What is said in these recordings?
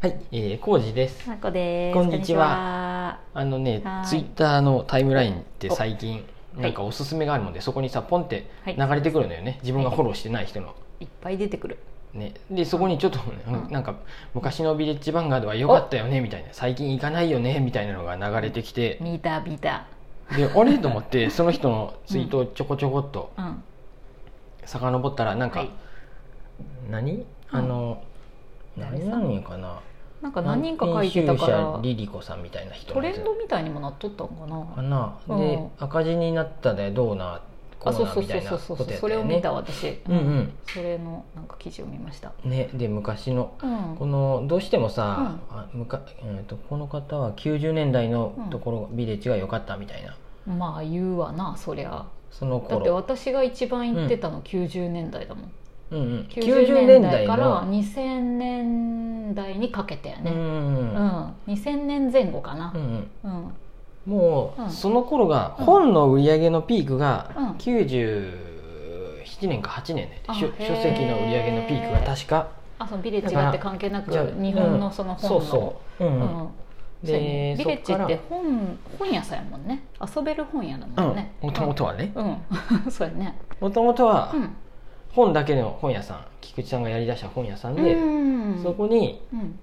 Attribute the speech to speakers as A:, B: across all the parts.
A: はい、えー、康二です。
B: なこです。
A: こんにち
B: は。
A: あのね
B: は、い
A: ツイッターのタイムラインって最近、
B: お
A: なんかおすすめがあるので、そこにさ、ポンって
B: はい
A: 流れてくるのよね。自分がフォローしてない人の。
B: いっぱい出てくる。
A: ね、で、そこにちょっと、
B: うん
A: なんか、昔のビレッジヴァンガードは良かったよね、みたいな。最近行かないよね、みたいなのが流れてきて、
B: ミータービータ
A: で、あ れと思って、その人のツイートをちょこちょこっと
B: ー。うん。
A: 遡ったら、なんか、
B: はい
A: 何あの、
B: 誰
A: 何
B: さん
A: なのかな
B: なんか何人か書いてた
A: 編
B: か
A: 集
B: ら
A: 者。リリコさんみたいな人
B: ト
A: のや
B: レ
A: つ
B: ンドみたいにもなっとったんか
A: か
B: な。
A: な、
B: うん
A: で赤字になったでどうなこ
B: あ、そうう
A: な
B: そう
A: みた
B: そう
A: いなこ
B: そうそ
A: と
B: う
A: やった
B: それ
A: よ
B: を見
A: ね
B: た私。
A: うんうん
B: それのなんか記事を見ました。
A: ねで昔の
B: うん。
A: このどうしてもさ、あむかえー、とこの方は90年代のところ、ビレッジが良かったみたいな
B: まあ言うわな、そりゃ。
A: その
B: だって
A: 頃
B: 私が一番行ってたの90年代だもん。
A: うんうん、
B: 90年代から
A: の
B: 2000年代にかけてや
A: うん
B: ね。
A: うんう
B: う
A: ん
B: ん。2000年前後かな
A: う。ん
B: うん。
A: もう、
B: うん
A: その頃が
B: うん
A: 本の売り上げのピークが
B: うん
A: 97年か8年だ
B: あ
A: よ、書
B: へー
A: 書籍の売り上げのピークが確か
B: あ、そのビレッジがあって関係なく
A: じゃあ
B: 日本のその本の。
A: そうそう、うんうん
B: うん、
A: で
B: そうやねビレッジ
A: そっ
B: っ
A: か
B: て
A: ら
B: 本本屋さんやもんね遊べる本屋だもんね
A: もともとはね
B: うん、うん そうやね
A: もともとは
B: うん
A: 本だけの本屋さん菊池さんがやりだした本屋さん
B: う
A: で、
B: ん
A: そこに
B: うん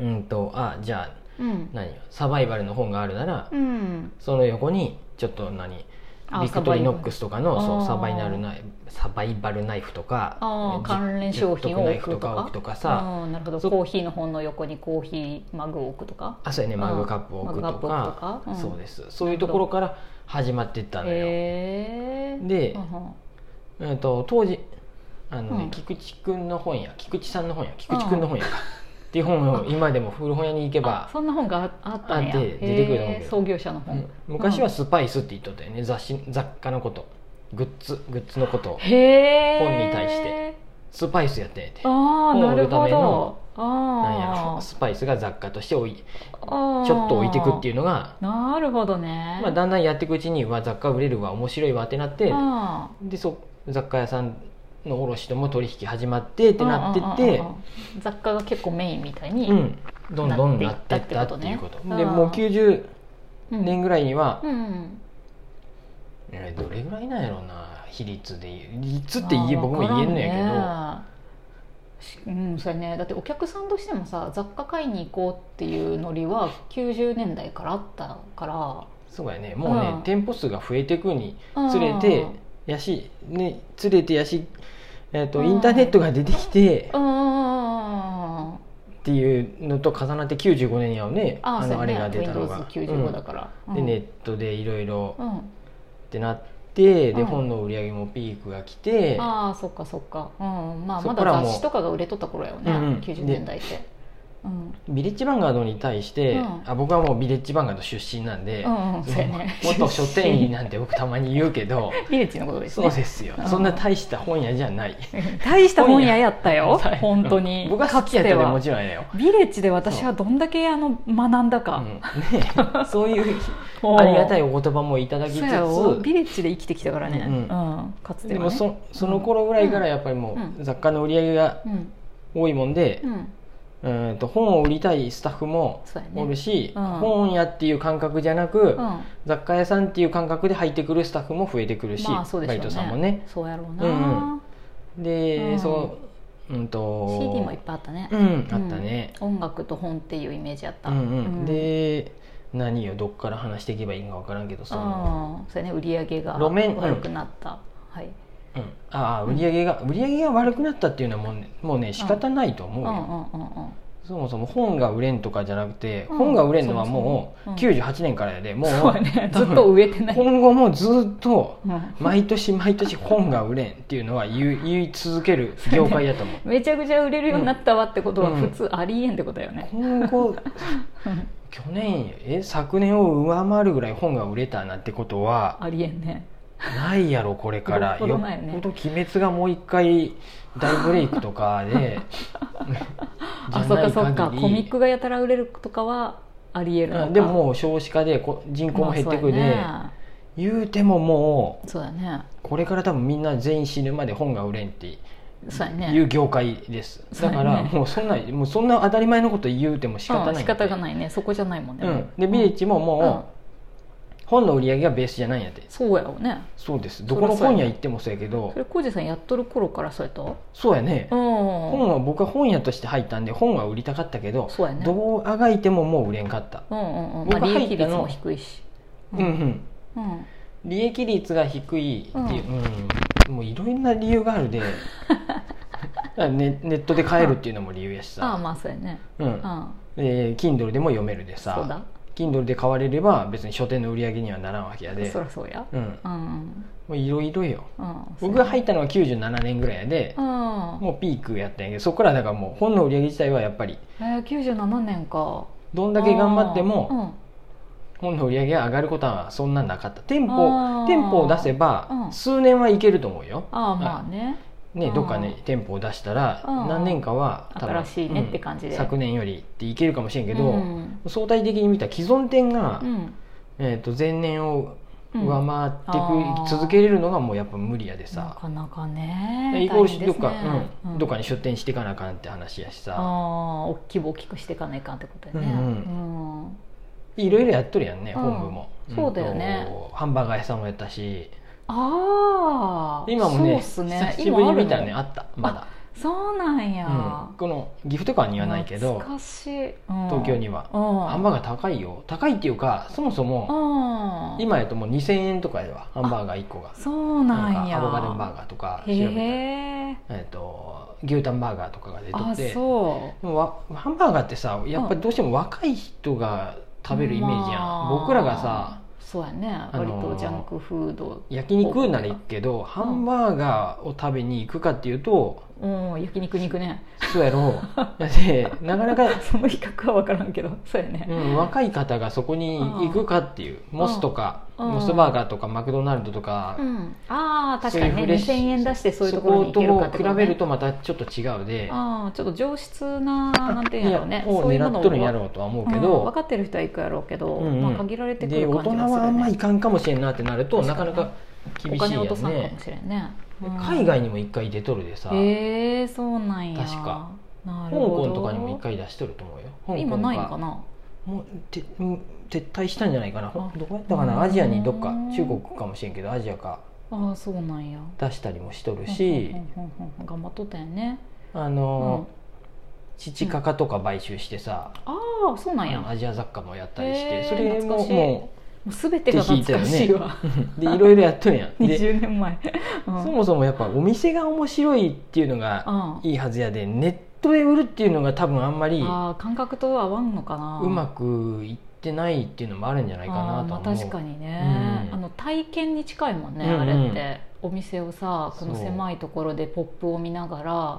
A: うんとあじゃあ
B: うん
A: 何サバイバルの本があるなら、
B: うん
A: その横にちょっと何
B: あ
A: ビクトリーノックスとかの
B: サバイバル
A: そ
B: あ
A: う
B: ー
A: サバイナルナイサバイバルナイフとか
B: あー
A: ジ
B: 関連商品を
A: ジット
B: 置く
A: ナイフと
B: と
A: か
B: か
A: 置くとかさ、
B: うん、なるほど
A: そ
B: コーヒーの本の横にコーヒーマグを置くとか
A: あそうやねマグカップを置くと
B: マグカ
A: か
B: ップ置くとかうん
A: そうですそういうところから始まっていったのよ、
B: へえ
A: で、
B: う
A: えー、と当時あの、ね
B: うん
A: 菊池くんの本屋菊池さんの本屋菊池くんの本屋か、っていう本を今でも古本屋に行け
B: ん、あ
A: ば、
B: そんな本がああったんや
A: あって出てくるの
B: へえ創業者の
A: う
B: 本、
A: ん昔はスパイスって言っとったよね雑誌雑貨のことグッズグッズのことを
B: へえ
A: 本に対してスパイスやってんやて
B: ああ
A: 本を
B: な
A: 売る
B: る
A: た
B: ほ
A: めの
B: どあ
A: なんや
B: あ
A: ろスパイスが雑貨として置いち
B: ち
A: ょっと置いてくっていうのが、
B: なるほどね、
A: まあ、だんだんやっていくうちにうわ雑貨売れるわ面白いわってなって
B: あ
A: でそう雑貨屋さんの卸とも取引始まってってなってって。
B: うんうんうんうん雑貨が結構メインみたいに、
A: うん、どんどんな
B: な
A: っ
B: ってて
A: い
B: い
A: っ
B: ったた
A: っ
B: っててことね
A: いうこと、
B: うん
A: でもう90
B: うん
A: 年ぐらいには
B: う、ん
A: えーどれぐらいなんやろうな比率で言う比率って言え僕も言えんのやけど、
B: けどうんそうやねだってお客さんとしてもさ雑貨買いに行こうっていうノリは90年代からあったか
A: そうやねもうね、
B: うん
A: 店舗数が増えていくに
B: ら
A: つれて
B: うん
A: やし、ね、つれてやし、えー、と
B: うん
A: インターネットが出てきて
B: うんうんうん
A: っていうのと重なって95年にはね
B: あ
A: あ
B: そう
A: のあ
B: や
A: れ
B: ね
A: が出たのが、
B: Windows95 だから、
A: うんでネットでいろいろ
B: うん、うん
A: ってなって、で
B: うん
A: 本の売り上げもピークが来て、
B: ああそっかそっか、うんまあ、
A: そ
B: ま
A: っから
B: だ
A: もう
B: 雑誌とかが売れとった頃やよね、
A: うんうん
B: 90年代って、うん、
A: ビレッジヴァンガードに対して、
B: うん
A: あ僕はもうビレッジヴァンガード出身なんで、
B: うんうんそうやね
A: も元書店員なんて僕たまに言うけど
B: ビレッジのことです
A: そう
B: ね
A: ですよ
B: うん
A: そんな大した本屋じゃない
B: 大した本屋やったよ
A: 大
B: 本当に
A: 僕は好きやったで
B: かつては
A: もちろんやよ、
B: ビレッジで私はどんだけあの学んだ
A: う
B: か、
A: んね、 そういう
B: もう
A: ありがたいお言葉もいただきつ
B: そうやろ
A: つ
B: ビレッジで生きてきたからね、
A: う
B: うんん
A: う
B: かつ
A: で
B: ては、ね、
A: もそその頃ぐらいからやっぱりもう雑貨の売り上げが
B: うん
A: 多いもんで
B: う、ん
A: うん、と本を売りたいスタッフも
B: そうやね
A: おるし、
B: うん
A: 本屋っていう感覚じゃなく、
B: うん
A: 雑貨屋さんっていう感覚で入ってくるスタッフも増えてくるし、
B: まあそうで
A: バ
B: し
A: イ
B: ょう
A: ト
B: ね
A: さんもね
B: そうやろうな、
A: うんで、
B: うん
A: そううんと
B: CD もいっぱいあったね、
A: うんあったね、
B: 音楽と本っていうイメージあっ
A: う
B: た、
A: んうんで何よどっから話していけばいいんか分からんけどその、
B: ああそれね売り上げが
A: 路面
B: 悪くなった、はい
A: うん、ああ売り上げが、売り上げが悪くなったっていうのはもう,、ね、もうね仕方ないと思
B: う
A: うんよ、
B: うんうんうん
A: そもそも本が売れんとかじゃなくて、
B: うん
A: 本が売れんのはもう
B: そもそも
A: 98年からやでもう
B: そうやねずっと植えてない、
A: 今後もずっと
B: うん
A: 毎年毎年本が売れんっていうのは言う言い続ける業界やと思 う
B: めちゃくちゃ売れるようになったわってこと
A: う
B: は
A: ん
B: 普通ありえんってことだよね、
A: 今後去年え昨年を上回るぐらい本が売れたなんてことは
B: ありえんね
A: ないやろこれから
B: よっぽどないね
A: よっぽど鬼滅がもう一回大ブレイクとか でじ
B: あ
A: ゃ
B: そっ
A: な
B: か
A: い
B: そっか
A: 限り
B: コミックがやたら売れるとかはありえるの
A: う
B: か
A: んでももう少子化でこ人口も減ってくで、
B: まあ
A: 言うてももう
B: そうやね
A: これから多分みんな全員死ぬまで本が売れんって
B: そうや
A: い
B: ね
A: う業界です
B: そ
A: だ
B: う
A: か
B: やね
A: らもうそんなもうそんな当たり前のこと言うても仕方ない、
B: うん仕方がないねそこじゃないもんね、
A: うん、でビレッジももう、本の売り上げがベースじゃないんやって
B: そうやろうね
A: そうですど
B: そ
A: こ
B: ら
A: の
B: そうや
A: 本
B: ね
A: 屋行ってもそうやけど
B: それ浩二さんやっとる頃からそうやと
A: そうやね、
B: うん
A: 本は僕は本屋として入ったんで本は売りたかったけど
B: そうやね
A: どうあがいてももう売れんかった
B: うんうんうんま
A: 僕
B: あ
A: が
B: 利
A: 入
B: 益
A: った
B: 率
A: の
B: も低いし
A: うんうん
B: うん
A: 利益率が低いっていう、うんもういろんな理由があ るでだからネネットで買えるっていうのも理由やし
B: ああ
A: さ、
B: まあそうやね
A: うん
B: うん
A: えー、Kindle でも読めるで
B: そう
A: さ
B: だ
A: Kindle で買われれば別に書店の売り上げにはならんわけやで
B: そりゃそうや
A: うん
B: うん
A: もういろいろよ
B: うん
A: 僕が入ったのは97年ぐらいやで
B: うん
A: もうピークやったんやけどそこからだからもう本の売り上げ自体はやっぱり
B: えー、97年か
A: どんだけ頑張っても
B: あーうん
A: 本の売り上げが上がることはそんなんなかった店
B: あ
A: 舗
B: ー
A: 店舗を出せ
B: う
A: ば
B: ん
A: 数年はいけると思うよ、
B: ああまあね
A: ね、
B: うん
A: どっかね店舗を出したら
B: うん
A: 何年かは
B: 新しいねって感じで
A: うん昨年よりっていけるかもしれんけ
B: う
A: ど、
B: ん
A: 相対的に見たら既存店が、
B: うん
A: えー、と前年を上回ってく、
B: うんあー
A: 続けれるのがもうやっぱ無理やで
B: な
A: さ、
B: かなかね
A: イコール
B: 大変
A: し
B: で
A: どっ
B: す
A: か、
B: ね
A: うん
B: うん
A: どっかに出店していかなあかんって話やしさ
B: ああ大きく大きくしていかないかんってことやね
A: うん
B: うん
A: いろいろやっとるやんね、
B: うん
A: 本部も
B: そうだよね
A: んとハンバーガー屋さんもやったし
B: ああ
A: 今もね
B: そうっすね
A: 久しぶりに見た
B: 今あ
A: ね
B: る
A: あったまだ
B: そうなんや、
A: うん、このギフト館にはないけど
B: 懐かしい、うん
A: 東京には
B: うん
A: ハンバーガー高いよ高いっていうかそもそも
B: うん
A: 今やともう2000円とかやわハンバーガー1個が
B: そうなんや
A: アボカドバーガーとか調べ
B: へ
A: たらえ
B: え
A: っと牛タンバーガーとかが出と
B: あ
A: って
B: そう
A: でもわハンバーガーってさやっぱりどうしても若い人が食べるイメージやん、
B: まあ
A: 僕らがさ
B: そうやね
A: の
B: 割
A: ー
B: とジャンクフード、
A: 焼肉なら行くけど、ハンバーガーを食べに行くかっていうと
B: うん、焼肉肉ね
A: そうやろだってなかなか、
B: その比較は分からんけどそうやね、
A: うん、若い方がそこに行くかっていう、モスとか、
B: うん
A: モスバーガーとかマクドナルドとか、
B: うん、ああ確かに
A: そう
B: ね
A: いうフレッシ
B: 2000
A: ュ
B: 円出してそういうところに行けるかって
A: そことと
B: ね
A: 比べるとまたちょっと違うで、
B: ああちょっと上質ななんていうん
A: い
B: や
A: や
B: ろうね
A: を
B: そういうも
A: 狙っとるんや
B: のを
A: ろうとは思うけ
B: うん分
A: ど、
B: かってる人は行くやろうけど、
A: うんうん
B: まあ、限られてく
A: で
B: る
A: 大
B: 感
A: 人
B: じがする、ね、
A: はあんまいかんかもしれんなってなると、な
B: 確
A: か
B: かに
A: な
B: ね
A: か厳
B: お
A: しい
B: 金
A: や
B: 落
A: ん
B: とさんかも
A: ね
B: しれんね、うん
A: 海外にも一回出とるでさ、
B: へえそうなんや
A: 確か
B: な
A: 香
B: るほど
A: 港とかにも一回出しとると思うよ香港
B: 今ないの
A: か
B: かな
A: もうてうん撤退したんじゃないかなほ
B: あ
A: どこやったか
B: うん
A: なアジアにどっか中国かもしれんけどアジアか
B: ああそうなんや
A: 出したりもしとるし
B: うんうんうんうん頑張っとったよね
A: あ
B: う
A: の
B: ん
A: チチカカとか買収してさ
B: ああそうなんやも
A: アジア雑貨もやったりし
B: へ
A: て
B: ー
A: それ
B: 懐か
A: も
B: しい
A: も
B: う全てが懐かしいわ
A: うでいろいろやっとるやん で
B: 20年前うん
A: そもそもやっぱお店が面白いっていうのが
B: あ
A: いいはずやでネットで売るっていうのが多分あんまりう
B: あー感覚と合わんのかな
A: まくいってないっていうのもあるんじゃないか
B: あ
A: な
B: ー
A: と
B: ま
A: は
B: あ
A: 思う
B: 確かにね、
A: うん
B: あの体験に近いもんね、
A: うんうん
B: あれってお店をさこの
A: そう
B: 狭いところでポップを見ながら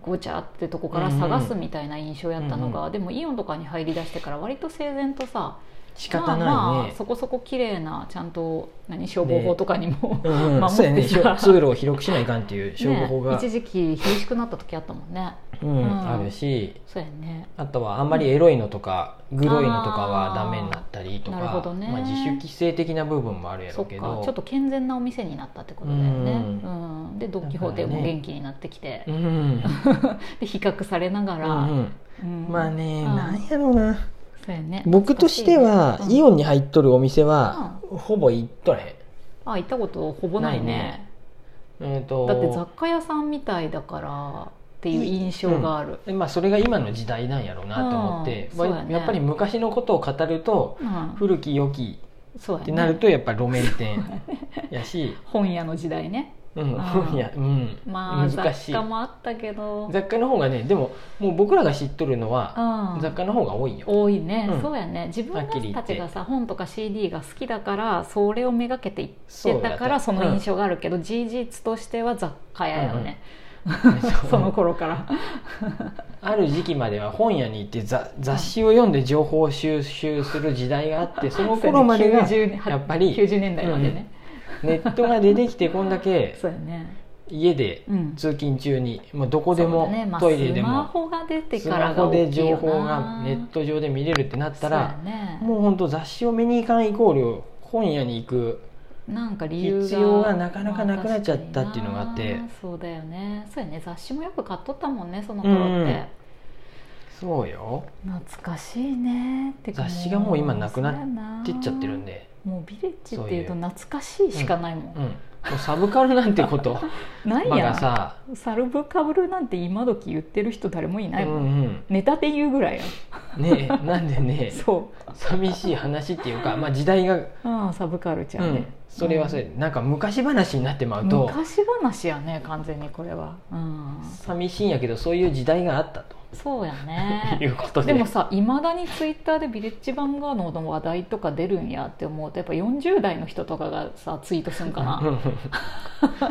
B: ごちゃってとこから探すみたいな印象やったのが、
A: うん
B: でもイオンとかに入りだしてから割と整然とさ
A: 仕方
B: まあ
A: ない
B: まあ
A: ね
B: そこそこ綺麗なちゃんと何消防法とかにも、
A: うんうん、
B: 守って
A: そうやねしょ
B: さ
A: 通路を広くしないかんっていう証拠
B: ね
A: 法が、
B: 一時期厳しくなった時あったもんね
A: うん
B: うん
A: あるし
B: そうやね
A: あとはあんまりエロいのとか、グロいのとかはダメになったりと
B: あーなる
A: か
B: ほどね
A: まあ、自主規制的な部分もあるや
B: そ
A: ろ
B: っ
A: う
B: か
A: け
B: ち
A: ど
B: ょっと健全なお店になったってことだよね、う
A: うん
B: でドン・キホーテも元気になってきて、
A: うん、うん
B: で比較されながら、うん
A: まあね、
B: うん
A: なんやろうな
B: そうやね
A: 僕としては、
B: 懐かしいね
A: イオンに入っとるお店は、ほぼ行っとらへん
B: あ行ったことほぼないね
A: ないねえーと
B: だって雑貨屋さんみたいだからっていう印象がある、
A: でまあ、それが今の時代なんやろうなと思って、
B: うん
A: まあ
B: そうやね
A: やっぱり昔のことを語ると
B: うん
A: 古き良き
B: そう
A: っ
B: や
A: て
B: ね
A: なるとやっぱ路面店 やし、
B: 本屋の時代ね
A: うん
B: あー
A: いやうん、
B: まあ
A: 難
B: 雑
A: しい
B: 貨もあったけど、
A: 雑貨の方がねでももう僕らが知っとるのは
B: うん、
A: 雑貨の方が多いよ、
B: 多いね、
A: うん
B: そうやね自
A: はっ
B: 分
A: きり言
B: た
A: って
B: ちがさ本とか CD が好きだからそれをめがけていってたからそ
A: そうやった
B: の印象があるけど、事実としては雑貨屋よね、
A: そう
B: その頃から
A: ある時期までは本屋に行ってざ雑誌を読んで情報を収集する時代があってその頃までが
B: 90年
A: やっぱり
B: 90年代までね、
A: ネットが出てきてこんだけ
B: そうやね
A: 家で
B: うん
A: 通勤中に、まあ、どこで
B: そ
A: も、
B: うだねまあ
A: トイレで
B: スマ
A: も
B: ホが出て
A: ス
B: か
A: マ
B: らが
A: ホ
B: 大
A: で
B: きいよな
A: 情報がネット上で見れるってなったら
B: そうやね
A: もう本当雑誌を見に行かんイコール本屋に行く
B: なんか理由が
A: 必要がなかなかなくなっちゃったっていうのがあって
B: まあ確かになそうだよねそうやね雑誌もよく買っとったもんねその頃って、
A: そうよ
B: 懐かしいねってか
A: 雑誌がもう今なくな
B: っ
A: ってっちゃってるん
B: で
A: で、
B: もうビレッジっていうと懐かしいしかないもん
A: うん、もうサブカルなんてこと
B: ない
A: ま
B: や
A: が
B: ん
A: さ、
B: サルブカブルなんて今時言ってる人誰もい
A: うん
B: ないもん、
A: うん
B: ネタって言うぐらいやん、
A: ねえなんでね
B: そ
A: 寂しい話っていうか、まあ、時代が、
B: う、うん、サブカルチャ
A: う
B: ーで
A: ん、それはそれ、なんか昔話になってまうと
B: 昔話やね完全にこれは、うん、
A: 寂しいんやけどそういう時代があったと
B: そうや
A: い
B: ね
A: うことで
B: でもさいまだにツイッターでビレッジヴァンガードの話題とか出るんやって思うとやっぱ40代の人とかがさツイートするんかな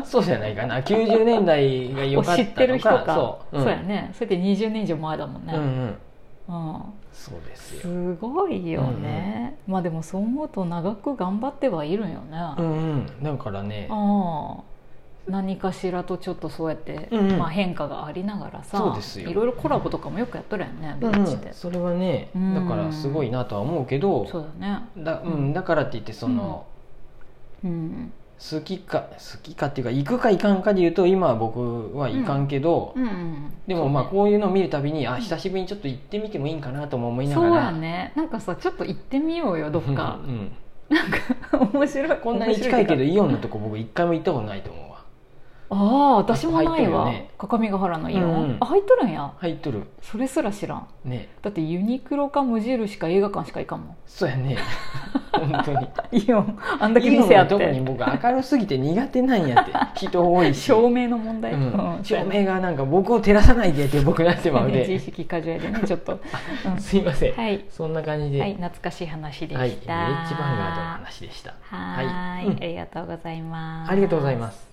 A: う んそうじゃないかな90年代が良
B: を
A: かっ
B: 知
A: た
B: ってる
A: の
B: 人か
A: か
B: そう,、
A: ん
B: やねそれで20年以上前だもん
A: うんう
B: ね、
A: ん
B: うん
A: そうですよ、
B: すごいよね、まあでもそう思うと長く頑張ってはいるんよね、
A: うんうん、だからね
B: ああ何かしらとちょっとそうやって、
A: うんうん
B: まあ、変化がありながらさ
A: そうですよ
B: いろいろコラボとかもよくやっとるやんねビ
A: う
B: レ
A: ん
B: ッジで、
A: それはね
B: うん
A: だからすごいなとは思うけど、
B: そうだね
A: だうん、だからって言ってその、
B: うん
A: 好きか好きかっていうか行くか行かんかで言うと今は僕は行かんけど、
B: うんうん
A: でもまあ
B: そうね
A: こういうのを見るたびに、あ
B: うん
A: 久しぶりにちょっと行ってみてもいいんかなとも思いな
B: そ
A: が
B: う
A: ら
B: やねなんかさちょっと行ってみようよどっか
A: うんうん
B: 面白い
A: こんなに近いけど
B: 面白
A: イオンのとこ僕一回も行ったことないと思うわ
B: ああ私もないわ、
A: 入っとるよね
B: 各務原のイオン、
A: うんうん
B: あ入っとるんや
A: 入っとる
B: それすら知らん
A: ね
B: だってユニクロか無印か映画館しか行かんもん
A: そうやね本当に
B: イオンあんだけ
A: イオン
B: 店あ
A: の
B: っ
A: とこに
B: て
A: 僕明るすぎて苦手なんや って人多いし、
B: 照明の問題、
A: うん
B: うん
A: 照明がなんか僕を照らさないでって僕なってまう
B: 自意
A: で
B: 識過剰やでねちょっと、うん
A: すいません、
B: はい、
A: そんな感じで
B: は、、
A: はい
B: 懐かしい話で
A: はい、
B: し
A: ビレ
B: た、
A: ッジヴァンガードの話でした
B: はーい、
A: はいうん
B: ありがとうございます
A: ありがとうございます